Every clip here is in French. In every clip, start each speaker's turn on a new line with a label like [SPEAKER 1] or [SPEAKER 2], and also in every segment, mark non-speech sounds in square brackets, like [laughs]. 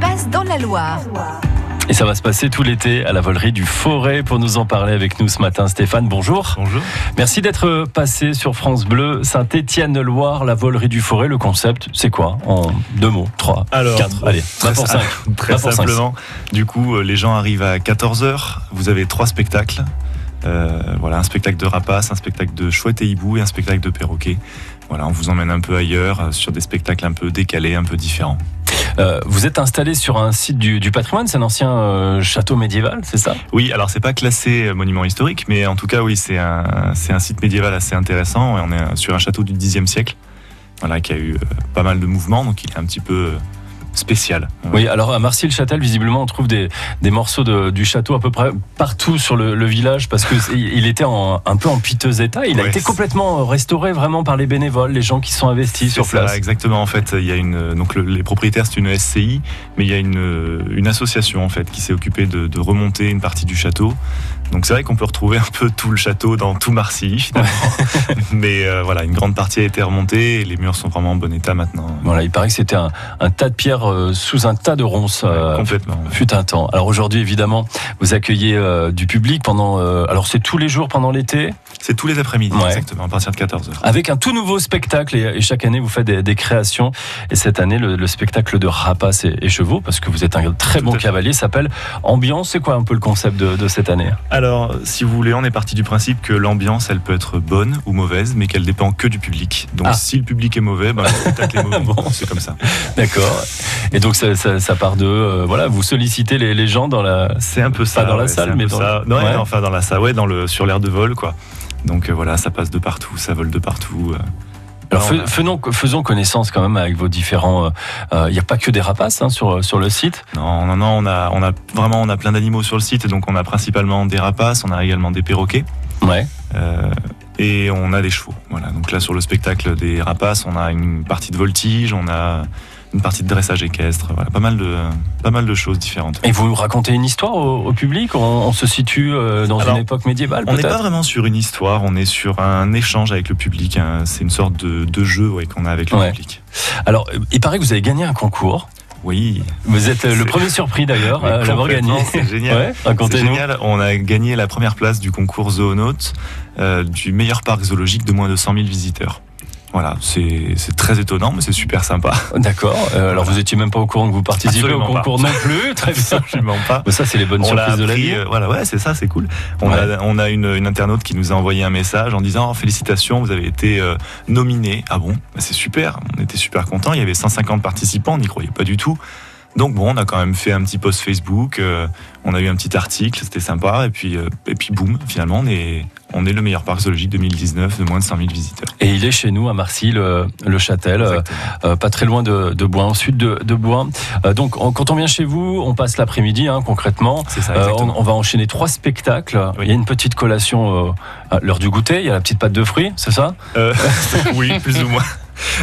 [SPEAKER 1] passe dans la Loire.
[SPEAKER 2] Et ça va se passer tout l'été à la volerie du Forêt pour nous en parler avec nous ce matin. Stéphane, bonjour.
[SPEAKER 3] Bonjour.
[SPEAKER 2] Merci d'être passé sur France Bleu, Saint-Étienne-Loire, la volerie du Forêt. Le concept, c'est quoi En deux mots, trois,
[SPEAKER 3] Alors,
[SPEAKER 2] quatre, allez,
[SPEAKER 3] très
[SPEAKER 2] va pour
[SPEAKER 3] sa-
[SPEAKER 2] cinq.
[SPEAKER 3] Très
[SPEAKER 2] Va pour cinq.
[SPEAKER 3] simplement, du coup, euh, les gens arrivent à 14h, vous avez trois spectacles. Euh, voilà, un spectacle de rapace, un spectacle de chouette et hibou et un spectacle de perroquet. Voilà, on vous emmène un peu ailleurs euh, sur des spectacles un peu décalés, un peu différents.
[SPEAKER 2] Euh, vous êtes installé sur un site du, du patrimoine, c'est un ancien euh, château médiéval, c'est ça
[SPEAKER 3] Oui, alors c'est pas classé euh, monument historique, mais en tout cas, oui, c'est un, c'est un site médiéval assez intéressant. Et on est euh, sur un château du Xe siècle, voilà, qui a eu euh, pas mal de mouvements, donc il est un petit peu euh, spécial. on va
[SPEAKER 2] Oui, alors à Marcy-le-Châtel, visiblement, on trouve des, des morceaux de- du château à peu près partout sur le, le village parce que c'est- il était en- un peu en piteux état. Il a
[SPEAKER 3] Ouais,
[SPEAKER 2] été
[SPEAKER 3] c'est-
[SPEAKER 2] complètement euh, restauré vraiment par les bénévoles, les gens qui sont investis sur
[SPEAKER 3] C'est ça,
[SPEAKER 2] place.
[SPEAKER 3] exactement. En fait, il y a une donc le- les propriétaires c'est une SCI, mais il y a une, une association en fait qui s'est occupée de, de remonter une partie du château. Donc c'est vrai qu'on peut retrouver un peu tout le château dans tout Marcy finalement. [laughs] mais euh, voilà, une grande partie a été remontée et les murs sont vraiment en bon état maintenant.
[SPEAKER 2] Voilà, il paraît que c'était un, un tas de pierres euh, sous un tas de ronces. euh,
[SPEAKER 3] Complètement.
[SPEAKER 2] Fut un temps. Alors aujourd'hui, évidemment, vous accueillez euh, du public pendant. euh, alors c'est tous les jours pendant l'été,
[SPEAKER 3] C'est tous les après-midi
[SPEAKER 2] Ouais.
[SPEAKER 3] exactement à partir de 14h.
[SPEAKER 2] avec un tout nouveau spectacle. Et, et chaque année, vous faites des, des créations. Et cette année, le, le spectacle de rapaces et, et chevaux, parce que vous êtes un très
[SPEAKER 3] Tout
[SPEAKER 2] bon
[SPEAKER 3] à fait.
[SPEAKER 2] cavalier, s'appelle Ambiance. C'est quoi un peu le concept de, de cette année
[SPEAKER 3] Alors, si vous voulez, on est parti du principe que l'ambiance, elle peut être bonne ou mauvaise, mais qu'elle dépend que du public. Donc,
[SPEAKER 2] Ah.
[SPEAKER 3] si le public est mauvais, ben, le [laughs] spectacle est mauvais.
[SPEAKER 2] Bon.
[SPEAKER 3] C'est comme ça.
[SPEAKER 2] D'accord. Et donc ça, ça- ça part de euh, voilà, vous sollicitez les, les gens dans la.
[SPEAKER 3] C'est un peu ça.
[SPEAKER 2] dans la
[SPEAKER 3] ouais,
[SPEAKER 2] salle,
[SPEAKER 3] c'est un
[SPEAKER 2] mais
[SPEAKER 3] peu
[SPEAKER 2] dans-
[SPEAKER 3] ça. Non,
[SPEAKER 2] Ouais.
[SPEAKER 3] non, enfin dans la salle, ouais, dans le sur l'air de vol, quoi. Donc euh, voilà, ça passe de partout, ça vole de partout. euh.
[SPEAKER 2] Alors
[SPEAKER 3] Non,
[SPEAKER 2] fais-
[SPEAKER 3] bah-
[SPEAKER 2] faisons- faisons connaissance quand même avec vos différents. euh, euh, Il n'y a pas que des rapaces hein, sur sur le site.
[SPEAKER 3] Non, non, non, on a, on a vraiment, on a plein d'animaux sur le site, et donc on a principalement des rapaces, on a également des perroquets.
[SPEAKER 2] Ouais.
[SPEAKER 3] euh, et on a des chevaux. Voilà. Donc là, sur le spectacle des rapaces, on a une partie de voltige, on a une partie de dressage équestre. Voilà, pas mal de, pas mal de choses différentes.
[SPEAKER 2] Et vous racontez une histoire au, au public on, on se situe euh, dans
[SPEAKER 3] Alors,
[SPEAKER 2] une époque médiévale
[SPEAKER 3] On n'est pas
[SPEAKER 2] peut-être
[SPEAKER 3] vraiment sur une histoire, on est sur un échange avec le public. hein. C'est une sorte de, de jeu ouais, qu'on a avec le
[SPEAKER 2] Ouais.
[SPEAKER 3] public.
[SPEAKER 2] Alors, euh, il paraît que vous avez gagné un concours.
[SPEAKER 3] Oui.
[SPEAKER 2] Vous êtes euh, le
[SPEAKER 3] C'est-
[SPEAKER 2] premier surpris d'ailleurs
[SPEAKER 3] Mais
[SPEAKER 2] à l'avoir gagné.
[SPEAKER 3] complètement, C'est
[SPEAKER 2] [laughs]
[SPEAKER 3] génial.
[SPEAKER 2] Ouais,
[SPEAKER 3] C'est
[SPEAKER 2] racontez-nous.
[SPEAKER 3] génial, on a gagné la première place du concours Zoonautes euh, du meilleur parc zoologique de moins de 100 000 visiteurs. Voilà, c'est c'est très étonnant, mais c'est super sympa.
[SPEAKER 2] D'accord. Euh, alors,
[SPEAKER 3] Voilà.
[SPEAKER 2] vous étiez même pas au courant que vous participez
[SPEAKER 3] Absolument
[SPEAKER 2] au concours non plus. Très bien.
[SPEAKER 3] [laughs] Absolument pas.
[SPEAKER 2] Mais ça, c'est les bonnes
[SPEAKER 3] On l'a
[SPEAKER 2] surprises de la
[SPEAKER 3] appris,
[SPEAKER 2] vie.
[SPEAKER 3] euh, voilà, ouais, c'est ça, c'est cool. On a, on a une, une internaute qui nous a envoyé un message en disant oh, félicitations, vous avez été euh, nominé. Ah bon, Bah, c'est super. On était super contents. Il y avait 150 participants, on n'y croyait pas du tout. Donc bon, on a quand même fait un petit post Facebook. euh, on a eu un petit article, c'était sympa. Et puis, euh, et puis boum, finalement, on est, on est le meilleur parc zoologique 2019 de moins de 100 000 visiteurs.
[SPEAKER 2] Et il est chez nous à Marcy, le, le Châtel, euh,
[SPEAKER 3] Exactement.
[SPEAKER 2] euh, pas très loin de, de Bois, au sud de, de Bois. Euh, donc, on- quand on vient chez vous, on passe l'après-midi, hein, concrètement.
[SPEAKER 3] C'est ça,
[SPEAKER 2] Euh,
[SPEAKER 3] Ah, exactement.
[SPEAKER 2] on, on va enchaîner trois spectacles.
[SPEAKER 3] Oui.
[SPEAKER 2] Il y a une petite collation euh, à l'heure du goûter. Il y a la petite pâte de fruits, c'est ça
[SPEAKER 3] Euh, [laughs] oui, plus ou moins.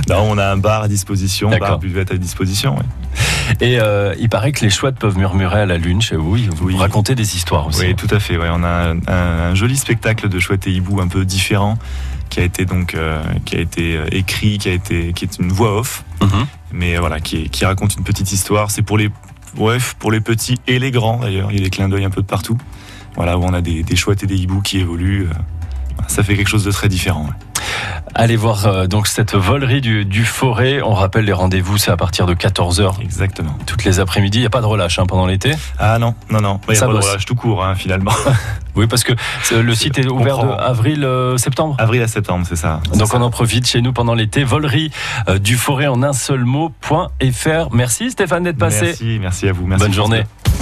[SPEAKER 3] Non, on a un bar à disposition,
[SPEAKER 2] D'accord.
[SPEAKER 3] bar buvette à disposition. ouais.
[SPEAKER 2] Et euh, il paraît que les chouettes peuvent murmurer à la lune chez vous. Ils Vous
[SPEAKER 3] Oui.
[SPEAKER 2] racontez des histoires aussi.
[SPEAKER 3] Oui, tout à fait. ouais. On a un, un joli spectacle de Chouette et Hibou un peu différent qui a été donc euh, qui a été euh, écrit, qui a été qui est une voix off,
[SPEAKER 2] Mhm.
[SPEAKER 3] mais euh, voilà qui, est- qui raconte une petite histoire. C'est pour les ouais, pour les petits et les grands d'ailleurs. Il y a des clins d'œil un peu de partout. Voilà où on a des, des chouettes et des hiboux qui évoluent. euh, Ça fait quelque chose de très différent. ouais.
[SPEAKER 2] Allez voir euh, donc cette volerie du, du forêt. On rappelle les rendez-vous, c'est à partir de 14h
[SPEAKER 3] Exactement.
[SPEAKER 2] toutes les après-midi. Il n'y a pas de relâche hein, pendant l'été.
[SPEAKER 3] Ah non, non, non. Il y a
[SPEAKER 2] Ça
[SPEAKER 3] pas de
[SPEAKER 2] bosse.
[SPEAKER 3] relâche tout court hein, finalement. [laughs]
[SPEAKER 2] Oui, parce que euh, le site est
[SPEAKER 3] on
[SPEAKER 2] ouvert de
[SPEAKER 3] prend.
[SPEAKER 2] avril, euh, septembre.
[SPEAKER 3] Avril à septembre, c'est ça.
[SPEAKER 2] Donc
[SPEAKER 3] Ah, C'est
[SPEAKER 2] on
[SPEAKER 3] ça.
[SPEAKER 2] en profite chez nous pendant l'été. Volerie euh, du forêt en un seul mot.fr. Merci Stéphane d'être passé.
[SPEAKER 3] Merci, merci à vous. Merci
[SPEAKER 2] Bonne
[SPEAKER 3] pour ce
[SPEAKER 2] journée.